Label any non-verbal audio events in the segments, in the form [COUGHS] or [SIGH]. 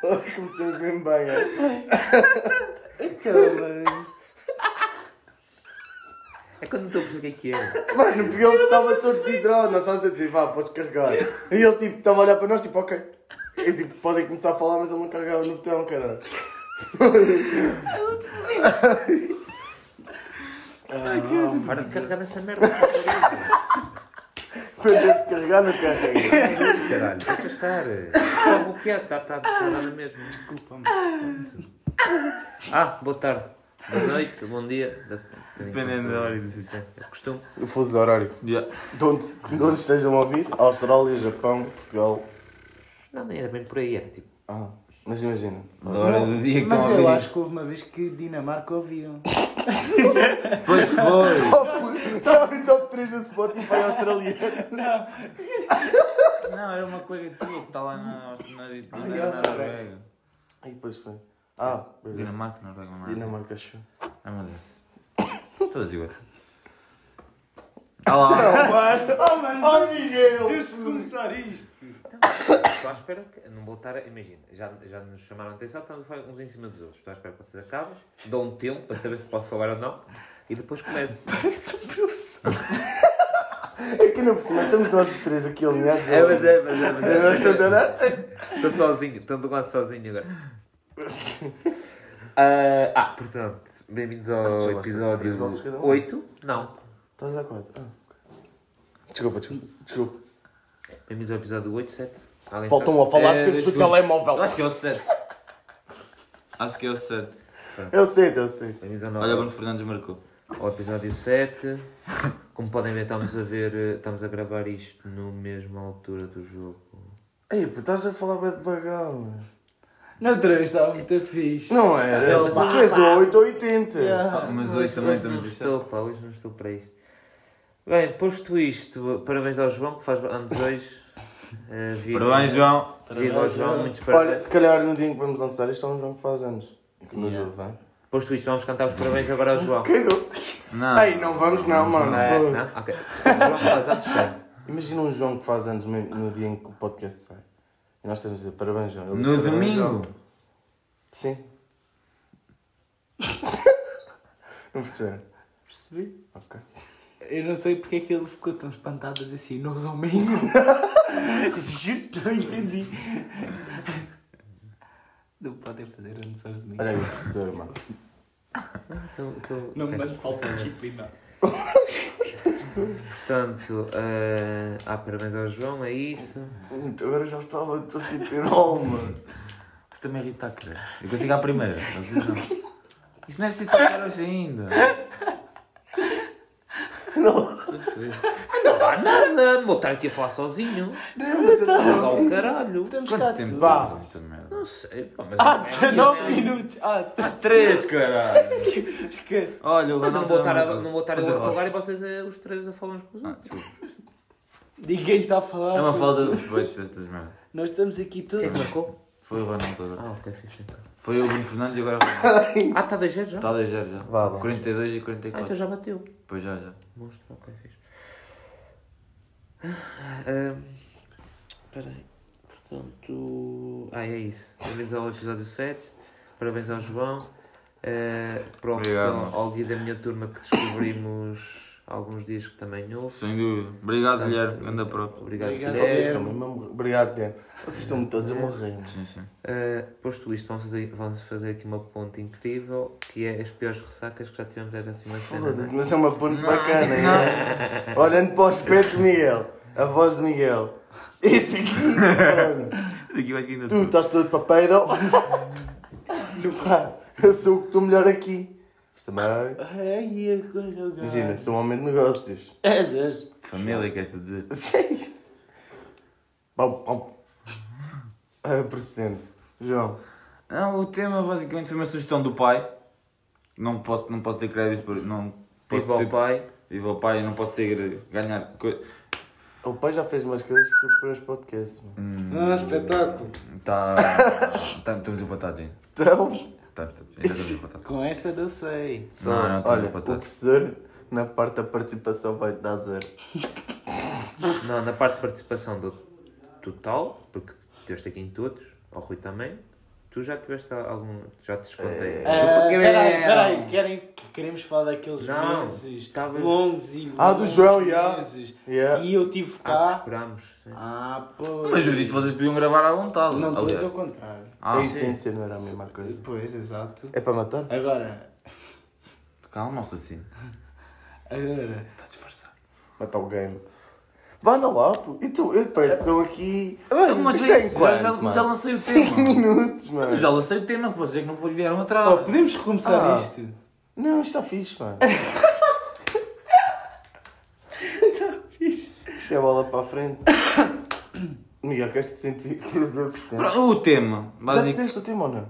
Começamos mesmo bem, é? Então, mano. É quando não estou a perceber o que é que é. Mano, porque ele estava todo vidrado, nós estávamos a dizer, vá, podes carregar. E ele tipo, estava a olhar para nós, tipo, ok. E tipo, podem começar a falar, mas ele não carregava no botão, caralho. Para de carregar nessa merda. Quando deves carregar, não carrega. Caralho, deixa estar. Está bloqueado, está tá, tá nada mesmo. Desculpa-me. Ah, boa tarde. Boa noite, bom dia. Dependendo da hora e do sítio. É costume. O fuso horário. De onde, de onde estejam a ouvir? Austrália, Japão, Portugal. Não, nem era bem por aí, era tipo. Ah, mas imagina. Da hora do dia que Mas estão a eu ouvir acho que houve uma vez que Dinamarca ouviam. isto. Pois foi. Top, top 3 no Spotify australiano. Não, era uma colega tua que está lá na, na, na, já, na Ah, pois é. Noruega. Aí depois foi. Ah, pois é. Dinamarca, Noruega, não é? Dinamarca, show. Ai meu Deus. Todas iguais. Então, Olá. Oh, mano, Oh, Miguel! de começar isto. então, Estou à espera que. Não vou estar. a- Imagina, já, já nos chamaram a atenção, estamos a falar uns em cima dos outros. Estou à espera que vocês acabem, dou um tempo para saber se posso falar ou não e depois começo. Parece um professor. Aqui É não precisa, estamos nós os três aqui alinhados. É, mas é, mas é, mas é. Nós estamos a olhar. Estou sozinho, estou de um lado sozinho agora. Ah, ah, portanto, bem-vindos Quantos ao são vocês? Três novos cada episódio um? 8. Não, Estás a dar quatro? Ah, ok. Desculpa, desculpa. Desculpa. bem-vindos ao episódio 8, 7. Alguém sabe? Faltam a falar É, que temos o desculpa. telemóvel. Acho que é o 7. Acho que é o 7. Eu sei, eu sei. Bem-vindos ao, Olha, novo, Bruno Fernandes marcou. ao episódio 7. Como podem ver, estamos a ver, eh, estamos a gravar isto na mesma altura do jogo. Ei, pô, estás a falar bem devagar, mano. É, Na outra vez estava muito fixe. Não era? Ele Tu és o 8 ou 80. Yeah. Ah, mas hoje também não estamos estou, pá, hoje não estou para isto. Bem, posto isto, parabéns ao João que faz anos hoje. Eh, viva- Parabéns, João. Viva ao João, muitos Olha, parabéns. se calhar no dia em que vamos lançar isto é um João que faz anos. E que nos ouve, [LAUGHS] hein? Posto isto, vamos cantar os parabéns agora ao João. Cagou. Não. Ei, não vamos não, mano. É, Fogo. não? Ok. João faz anos, pá. Imagina um João que faz anos me- no dia em que o podcast sai. E nós temos a dizer parabéns, João. Ele diz, No "Parabéns, João." domingo. Sim. [LAUGHS] Não perceberam? Percebi? Ok. Eu não sei porque é que ele ficou tão espantado a dizer assim no domingo. Juro que não entendi. Não podem fazer antes aos domingos. Olha aí o professor, mano. Então, então, Não me ok. mando falsa disciplina. Portanto, eh, há parabéns ao João, é isso. Então Agora já estava tipo estou a sentir alma. Isso também irrita a cara. Eu consigo à primeira. Vocês não. Isso não é preciso tocar hoje ainda. Não dá Ah, nada, não vou estar aqui a falar sozinho. Não, mas eu Não estava- dá o caralho. Estamos cá Quanto tempo tudo. Vá. faz esta merda? Não sei, pá, mas... Ah, é- 19 minutos. Ah, [LAUGHS] tá. Três, caralho. esquece. Olha, o Mas eu não Ronaldo vou estar a, marcou. não vou estar eu Fazer a roda. falar e vocês eh, os três a falar uns com os Ah, outros. desculpa. Ninguém está a falar. É uma falta de respeito destas merdas. Nós estamos Quem aqui é que todos. marcou? Foi o Ronaldo agora. Ah, ok, fixe então. Foi o Bruno Fernandes e agora o Ronaldo. [LAUGHS] Ah, está 2 0 já? Está a 2 já. Vá, vá. 42 e Ah, então 44. já bateu. Pois já, já. Monstro, ok, fixe. Espera aí. Portanto. Ah, é isso. Bem-vindos ao episódio 7. Parabéns ao João. Uh, Obrigado, próximo mano. ao Gui da minha turma que descobrimos há alguns dias que também houve. Sem dúvida. Tá. Obrigado, Guilherme. Anda pro. Obrigado, Obrigado. Vocês Guilherme. estão mesmo a morrer. Obrigado, Guilherme. Vocês estão todos a morrer. mano. Sim, sim. Uh, posto isto, vamos fazer, vamos fazer aqui uma ponte incrível que é as piores ressacas que já tivemos desde assim uma cena. Foda-se, mas é uma ponte bacana, é? Olhando para o aspecto do Miguel, a voz do Miguel. Este aqui, mano. Daqui eu acho que ainda Tu estás todo papeiro. Pá, eu sou o que estou melhor aqui. Percebem? Ai, a coisa, cara. Imagina, sou um homem de negócios. É, Essas. Família, queres-te dizer? Sei. Pau, pau. Apresento. João. Não, o tema basicamente foi uma sugestão do pai. Não posso, não posso ter créditos por. Não posso Viva ao ter, pai. Viva ao pai, não posso ter. ganhar. co- O pai já fez umas coisas que tu para os podcasts, mano. Ah, espetáculo. [LAUGHS] Tá. tá estamos empatados ainda. Então, Tá, tá, ainda estamos empatados. Com essa não sei. Não, não, estamos olha, o empatados. professor, na parte da participação, vai te dar zero. Não, na parte de participação do total, porque tiveste aqui em todos, ao Rui também, Tu já tiveste algum. Já te escontei. É. Ah, Peraí, peraí, querem que queremos falar daqueles Não, meses tava- longos e Ah, do longos João, já. meses. Yeah. E eu tive Ah, cá. esperámos. sim. Ah, pois. Mas eu disse que vocês podiam gravar à vontade. Não, estou a aliás. dizer o contrário. Ah, a sim. essência não era a mesma coisa. Pois, exato. É para matar? Agora, Calma, assassino. agora. Está disfarçado. Matar o game. Vá na lá, pô. E tu, eu parece que estão aqui. Mas Isto é em já- quanto, já, mano? já lancei o Cinco tema. minutos, Eu mano. já lancei o tema, que vocês é que não foram- vieram Oh, atrás. podemos recomeçar Ah. isto? Não, isto está fixe, [LAUGHS] mano. Isto é bola para a frente. Miguel, queres-te sentir? Quer dizer, o que sentes? Pronto, o tema. Já basic- disseste o tema ou não?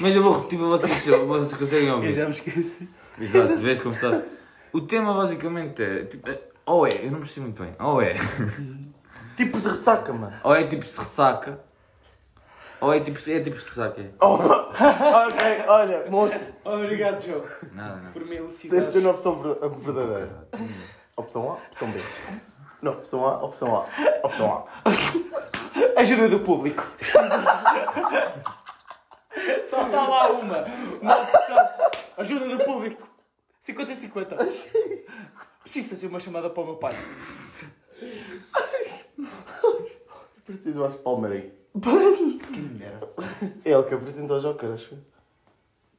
Mas eu vou repetir para vocês, se vocês conseguem Eu ouvir. já me esqueci. Exato, vês como está. O tema basicamente é. Tipo, é- ou é, eu não percebi muito bem, ou é. Tipos Tipo de ressaca, mano. Ou é tipos de ressaca. Ou é tipos, é tipos de ressaca. é. [LAUGHS] Opa! ok, olha, monstro. Obrigado, João, Nada, nada. por me elucidar. Seleciona a opção ver- a verdadeira. Opção A, opção B. Não, opção A, opção A. Opção A. Ajuda do público. [LAUGHS] Só está lá uma. Uma opção. Ajuda do público. 50-50. Precisa ser uma chamada para o meu pai. Preciso, acho, Palmeirim. Quem me dera. É ele que apresenta o Joker, acho.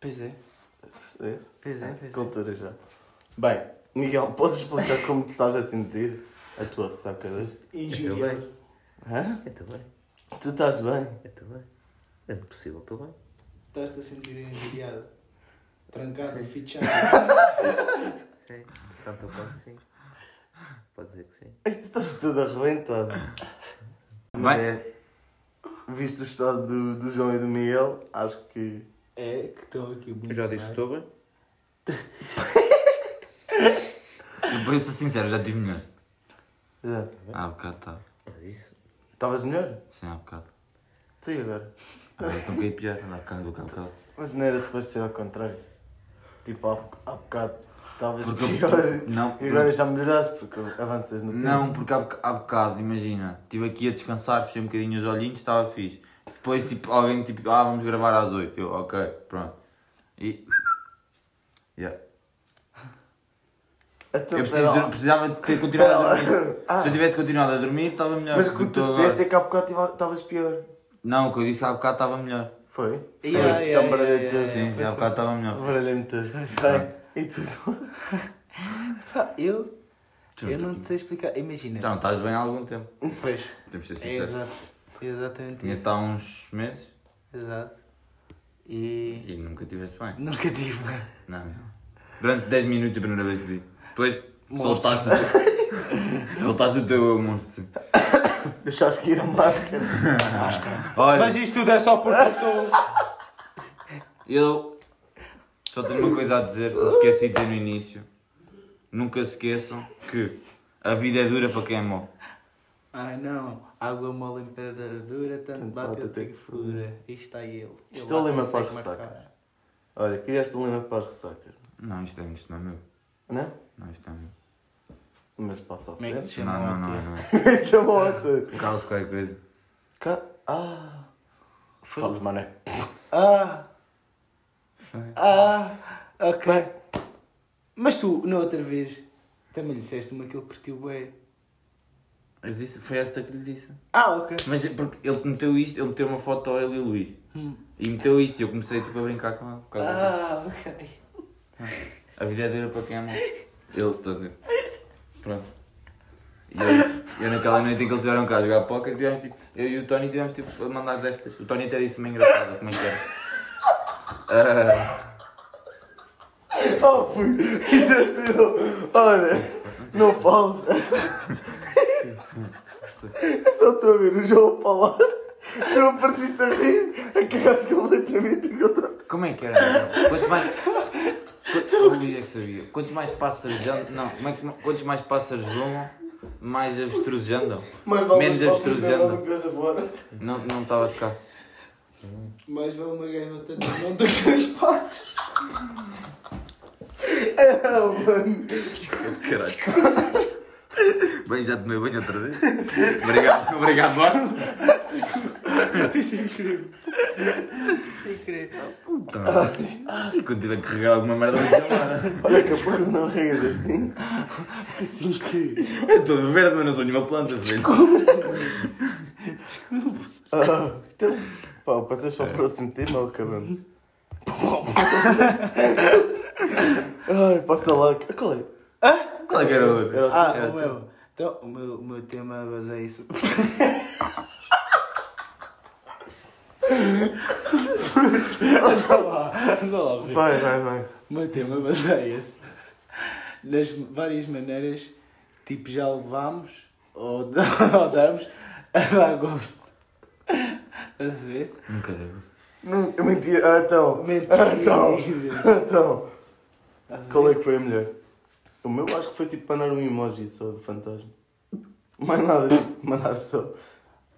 Pois é, É isso? pois Ah, é, pois é. Cultura já. Bem, Miguel, podes explicar como te estás a sentir? A tua ressaca de hoje? Eu estou Injuriado. bem. Hã? Eu estou bem. Tu estás bem? Eu estou bem. Dentro do possível, estou bem. Estás-te a sentir injuriado. Trancado, fichado. Sim. Tanto eu quanto sim. Pode dizer que sim. Ei, tu estás todo arrebentado. Mas é, visto o estado do, do João e do Miguel, acho que. É, que estão aqui muito Eu já disse que bem. estou bem. Eu, eu sou sincero, já tive melhor. Já. Há bocado estava. Mas isso. Estavas melhor? Sim, há bocado. Tu e agora? Agora estão a cair pior, anda cá do tá. bocado. Mas não era suposto ser ao contrário. Tipo, há, bo- há bocado estavas [LAUGHS] Porque eu- pior. não, E agora já melhoraste porque avanças no tempo. Não, porque há, boca- há bocado, imagina, estive aqui a descansar, fechei um bocadinho os olhinhos, estava fixe. Depois, tipo, alguém tipo, ah, vamos gravar às 8. Eu, ok, pronto. E. Yeah. Então, pera Eu preciso, lá. de- precisava de ter continuado a Pera lá. [LAUGHS] dormir. Ah. Se eu tivesse continuado a dormir, estava melhor. Mas o que tu Estou disseste agora. é que há bocado tiva- estavas pior. Não, o que eu disse há bocado estava melhor. Foi? Yeah, Foi, yeah, já me baralhei yeah, tudo. yeah, Sim, sim, há bocado estava melhor. Baralhei-me [LAUGHS] tudo. Bem, e [LAUGHS] tudo. Pá, Eu, Tu eu não- não sei explicar. Imagina. Então, estás bem há algum tempo. Pois. Temos de ser É sinceros. exato. Exatamente Tinha-te isso. há uns meses Exato. E. e nunca estiveste bem. Nunca tive. Não, não. Durante 10 minutos a primeira vez que vi. Depois Monstro. soltaste do [LAUGHS] teu. soltaste do teu eu, monstro. sim. Deixaste que ir a máscara. Olha, Mas isto tudo é só porque eu sou. eu só tenho uma coisa a dizer, me esqueci de dizer no início. Nunca se esqueçam que a vida é dura para quem é mau. Ai não, água mole em pedra dura, tanto bate até que fura. Isto está ele. Ele Isto é o lá lema para consegue as marcar. ressacas. Olha, criaste um lema para as ressacas. Não, isto é isto não é meu. Não? Não, isto não é meu. Mas passa a Como é que se ser. [LAUGHS] chama? não, não, não, o autor? não, Chamou a tu. é. Carlos qualquer coisa. Ca... Ah. Carlos Mané. Ah, Foi. ah, ok. Mas tu, na outra vez, também lhe disseste uma que ele curtiu bem. Eu disse, foi esta que lhe disse. Ah, ok. Mas é porque ele meteu isto, ele meteu uma foto a ele e o Luís. E meteu isto e eu comecei tipo, a brincar com ele. por causa disso. Ah, ok. A vida é dura para quem ama. Ele, estás a ver? Pronto. E eu, eu naquela noite em que eles vieram cá jogar póquer, tivemos tipo. Eu e o Tony tivemos tipo a mandar destas. O Tony até disse uma engraçada, como é que era? Ah, Oh, fui. Isto é tudo. Olha, não fales. É só tu a ver o João a falar. Tu não partiste a rir. A cagaste completamente o contrato. como é que era? Miguel? Quantos mais. Quanto- O Luís é que sabia. Quantos mais pássaros andam. Não, como é que- quantos mais pássaros voam, mais avestruzes andam. Mas vale Menos as fotos avestruzes da bola andam. que estás a falar. Não não estavas cá. Mais vale uma gaivota na mão do que dois passos. É, mano. Caralho. Bem, já tomei banho outra vez. Obrigado, obrigado, Eduardo. [LAUGHS] Isso é incrível. Isso é incrível. Puta. Tá. E quando tiver que carregar alguma merda, vou chamar. Olha que a porra não regas assim. Isso é incrível. Eu estou de verde, mas não sou nenhuma planta. Desculpa. Ah, [LAUGHS] então, pá, passas para o próximo tema ou acabamos? Ai, passa lá. Qual é? Qual é que era o outro? Era o Ah, Era o meu. Então, o meu, o meu tema baseia [LAUGHS] isso. anda lá, anda lá, Rui. Vai, vai, vai. O meu tema baseia-se nas várias maneiras, tipo, já levámos ou, [LAUGHS] d- ou damos a dar gosto. Estás a ver? Nunca deu. Não, eu menti. Ah, então. Ah, então. Então. Qual é que foi a melhor? O meu acho que foi tipo mandar um emoji só do fantasma. Mais nada, tipo, mandar só.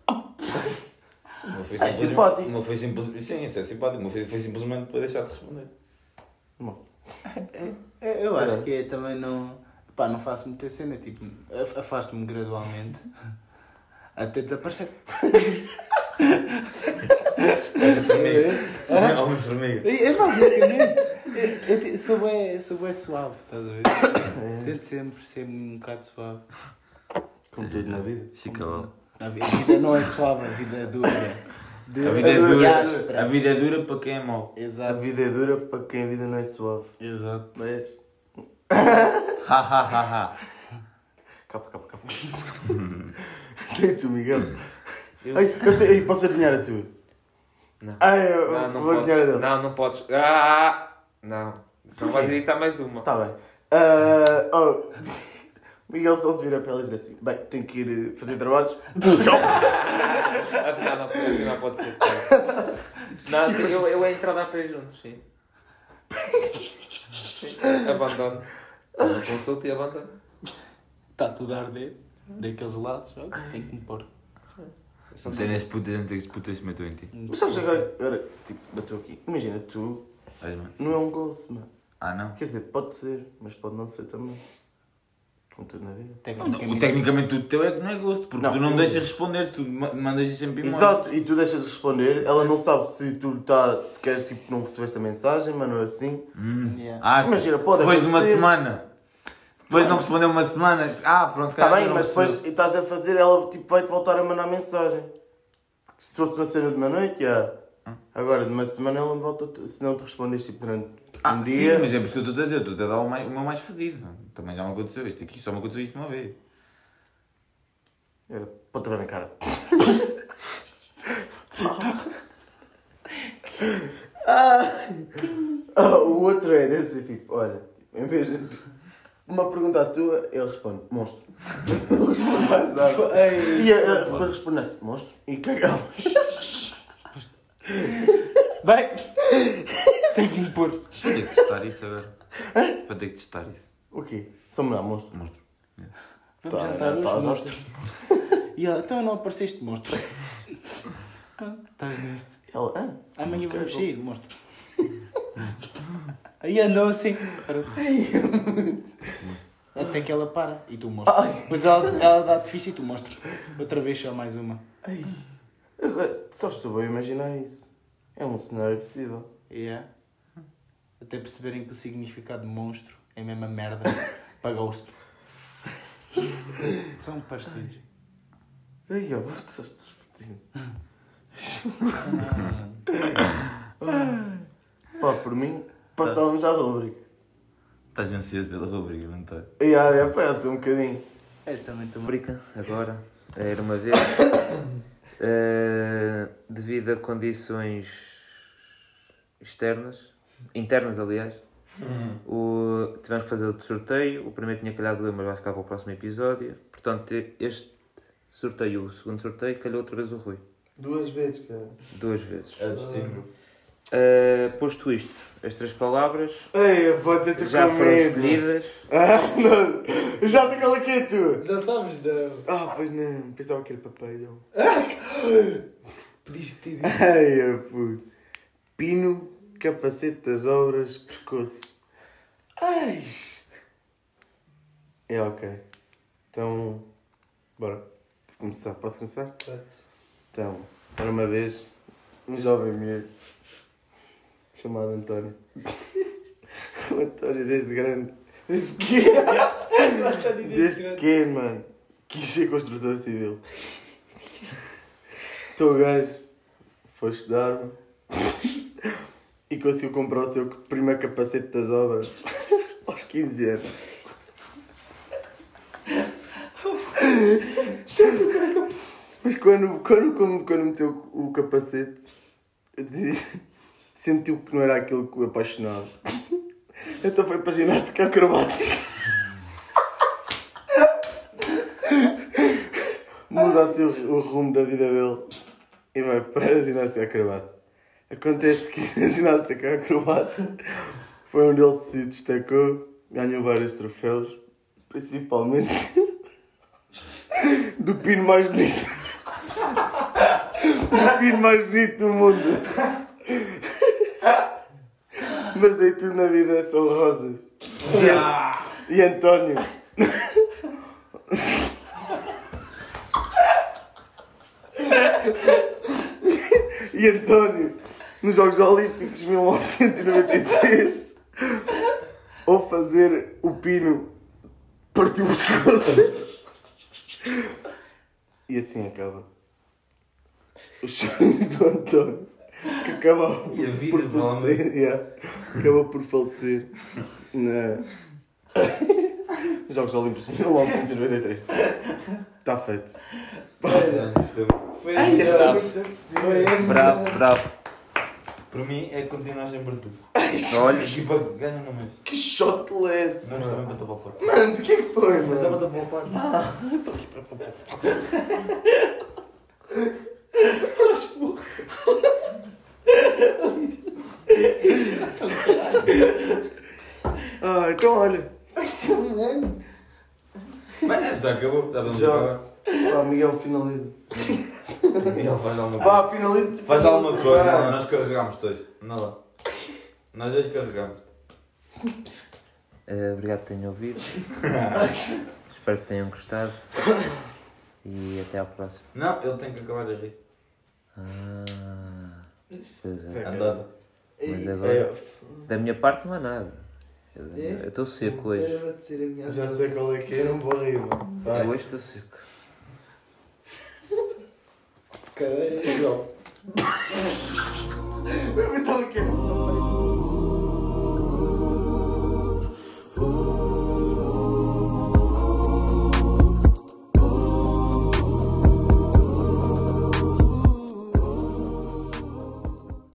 Uma foi Ah, é simplesmente- simpático. Uma foi simplesmente. Sim, isso é simpático. Uma foi, foi simplesmente para deixar de [LAUGHS] responder. Bom, Eu, eu acho Era. que é também não. Pá, não faço muita cena, tipo, af- afasto-me gradualmente até desaparecer. É É Homem- Homem-formiga. É é basicamente. Eu, eu te- sou, bem, sou bem suave, estás a É. ver? Tento sempre ser um bocado suave. como tudo na vida. Chica, bom. A vi- a vida não é suave, a vida é dura. Dura a vida é A dura- e dura. áspera. A vida é dura para quem é mau. A Exato. vida é dura para quem a vida não é suave. Exato. Mas. Ha ha ha ha. Capa, capa, [LAUGHS] capa. Sei tu, Miguel. Eu- Ai, eu sei, ai, posso adivinhar a tua? Não. Ai, eu Não, não vou podes. adivinhar a dele. Não, não podes. Ah! Não. Senão vais editar mais uma. Tá bem. Ah, oh, [LAUGHS] Miguel só se vira para ela e diz assim: Bem, tenho que ir eh, fazer trabalhos. Tchau. Afinal, não, afinal pode ser. Não, sim, eu, eu entro a dar pé juntos, sim. Sim, Abandono. Eu Consulto e abandono. Está tudo a arder, daqueles lados, ó, tem que me pôr. Tem as putas antigas putas que se metam em ti. Mas sabes agora, agora, tipo, bateu aqui. Imagina, tu Vais, mano. não é um ghost, mano. Ah, não? Quer dizer, pode ser, mas pode não ser também. Como tudo na vida. O tecnicamente o teu é que não é gosto, porque Não, tu não eu- deixas responder, tu ma- mandas sempre embora. Exato, e tu deixas de responder, ela não sabe se tu lhe tá, queres, tipo, não recebeste a mensagem, mas não é assim. Yeah. Ah, sim. Imagina, pode Depois de uma acontecer. semana. Depois não respondeu uma semana. Ah, pronto, Está calhar Tá bem, não mas recebeu. depois estás a fazer, ela tipo, vai-te voltar a mandar mensagem. Se fosse uma cena de uma noite, já. Hum? Agora, de uma semana ela me volta, se não te respondes tipo, durante Ah, um sim, dia. mas é por isso que eu estou a dizer, eu estou a dar o, mais, o meu mais fedido. Também já me aconteceu isto aqui, só me aconteceu isto uma vez. É, pode te na [LAUGHS] cara. ah, Ah, o outro é desse tipo, olha, em vez de uma pergunta à tua, ele responde, [LAUGHS] monstro. Não responde mais nada. Ei, E ela depois responde assim, monstro, e cagava. Bem, [LAUGHS] tem que me pôr. Vou ter que testar isso agora. Vou ter que testar isso. O quê? Só me dá monstro. Monstro. Vamos Tá, jantar não, hoje, tá às monstro. E ela, então não apareceste, monstro. [LAUGHS] Ah, Estás nisto. Ela, ah, Amanhã vamos sair, monstro. é [LAUGHS] Aí andou assim. Até que ela para e tu mostras. Depois ela, ela dá-te ficha e tu mostras. Outra vez só mais uma. Ai. Agora, sabes tu bem imaginar isso? É um cenário possível. Yeah. Até perceberem que o significado de monstro é a mesma [LAUGHS] merda para ghost. São parecidos. Ai, eu vou estás fodido. [LAUGHS] Pá, por mim, passávamos à rubrica. Estás ansioso pela rubrica, não estás? E há, é para ela um bocadinho. É também estou Rubrica, agora. Era uma vez. [COUGHS] Eh, devido a condições externas, internas aliás, Hum. o, tivemos que fazer outro sorteio. O primeiro tinha calhado eu, mas vai ficar para o próximo episódio. Portanto, este sorteio, o segundo sorteio, calhou outra vez o Rui. Duas vezes, cara. Duas vezes. É o destino. Uh, posto isto, as três palavras Ei, pá, até já com foram medo. escolhidas. Ah, não. Já tem aquela aqui, tu. Não sabes, não. Ah, pois não. Pensava que era papel. Pediste [LAUGHS] te Ai, eu puto. Pino, capacete das obras, pescoço. Ai! É ok. Então, bora. Começar. Posso começar? Então, Era uma vez um jovem miúdo chamado António. [LAUGHS] o António desde grande. Desde pequeno. desde pequeno, mano. Quis ser construtor civil. Então o gajo foi estudar mano, e conseguiu comprar o seu primeiro capacete das obras aos 15 anos. Mas quando, quando, quando, quando meteu o capacete, eu dizia- sentiu que não era aquilo que o apaixonava. Então foi para ginástica acrobática. Muda-se o, o rumo da vida dele e [LAUGHS] vai para a ginástica acrobática. Acontece que [LAUGHS] na ginástica acrobática foi onde ele se destacou, ganhou vários troféus, principalmente [LAUGHS] do pino mais bonito. Do pino mais bonito do mundo. Mas aí tudo na vida são rosas. E, e António. e António, nos Jogos Olímpicos de 1993, ao fazer o pino, partiu os pescoço. E assim acaba. Os sonhos do António. Que acaba por, E a vida por do falecer. yeah. Acaba por falecer na. Nos Jogos Olímpicos de 1993. Está Tá feito. é Foi Ai, a esta melhor. é Foi a Bravo, melhor. bravo. Para mim é continuar sempre tu. Olha, A equipa ganha no mês. Que shotless! Não, mas também para tapar o quarto. Mano, o que é que foi, Mas mano? Ah, estava para tapar o quarto. um Ah, então olha. Mas é, já acabou. Já vamos Já. acabar. Vá, Miguel, finaliza. Miguel faz alguma coisa. Vá, finaliza. Faz alguma coisa. Não, Vá. nós carregámos dois. Não lá. Nós dois carregámos. eh, obrigado por terem ouvido. Espero que tenham gostado. E até à próxima. Não, ele tem que acabar de rir. Ah, pois é. Andada. é, Mas agora- Da minha parte não há nada. Eu eu estou seco hoje. Já sei qual é que é, não vou rir, mano. Eu Vai. hoje estou seco. Cadeira. [LAUGHS] Eu pensava que era-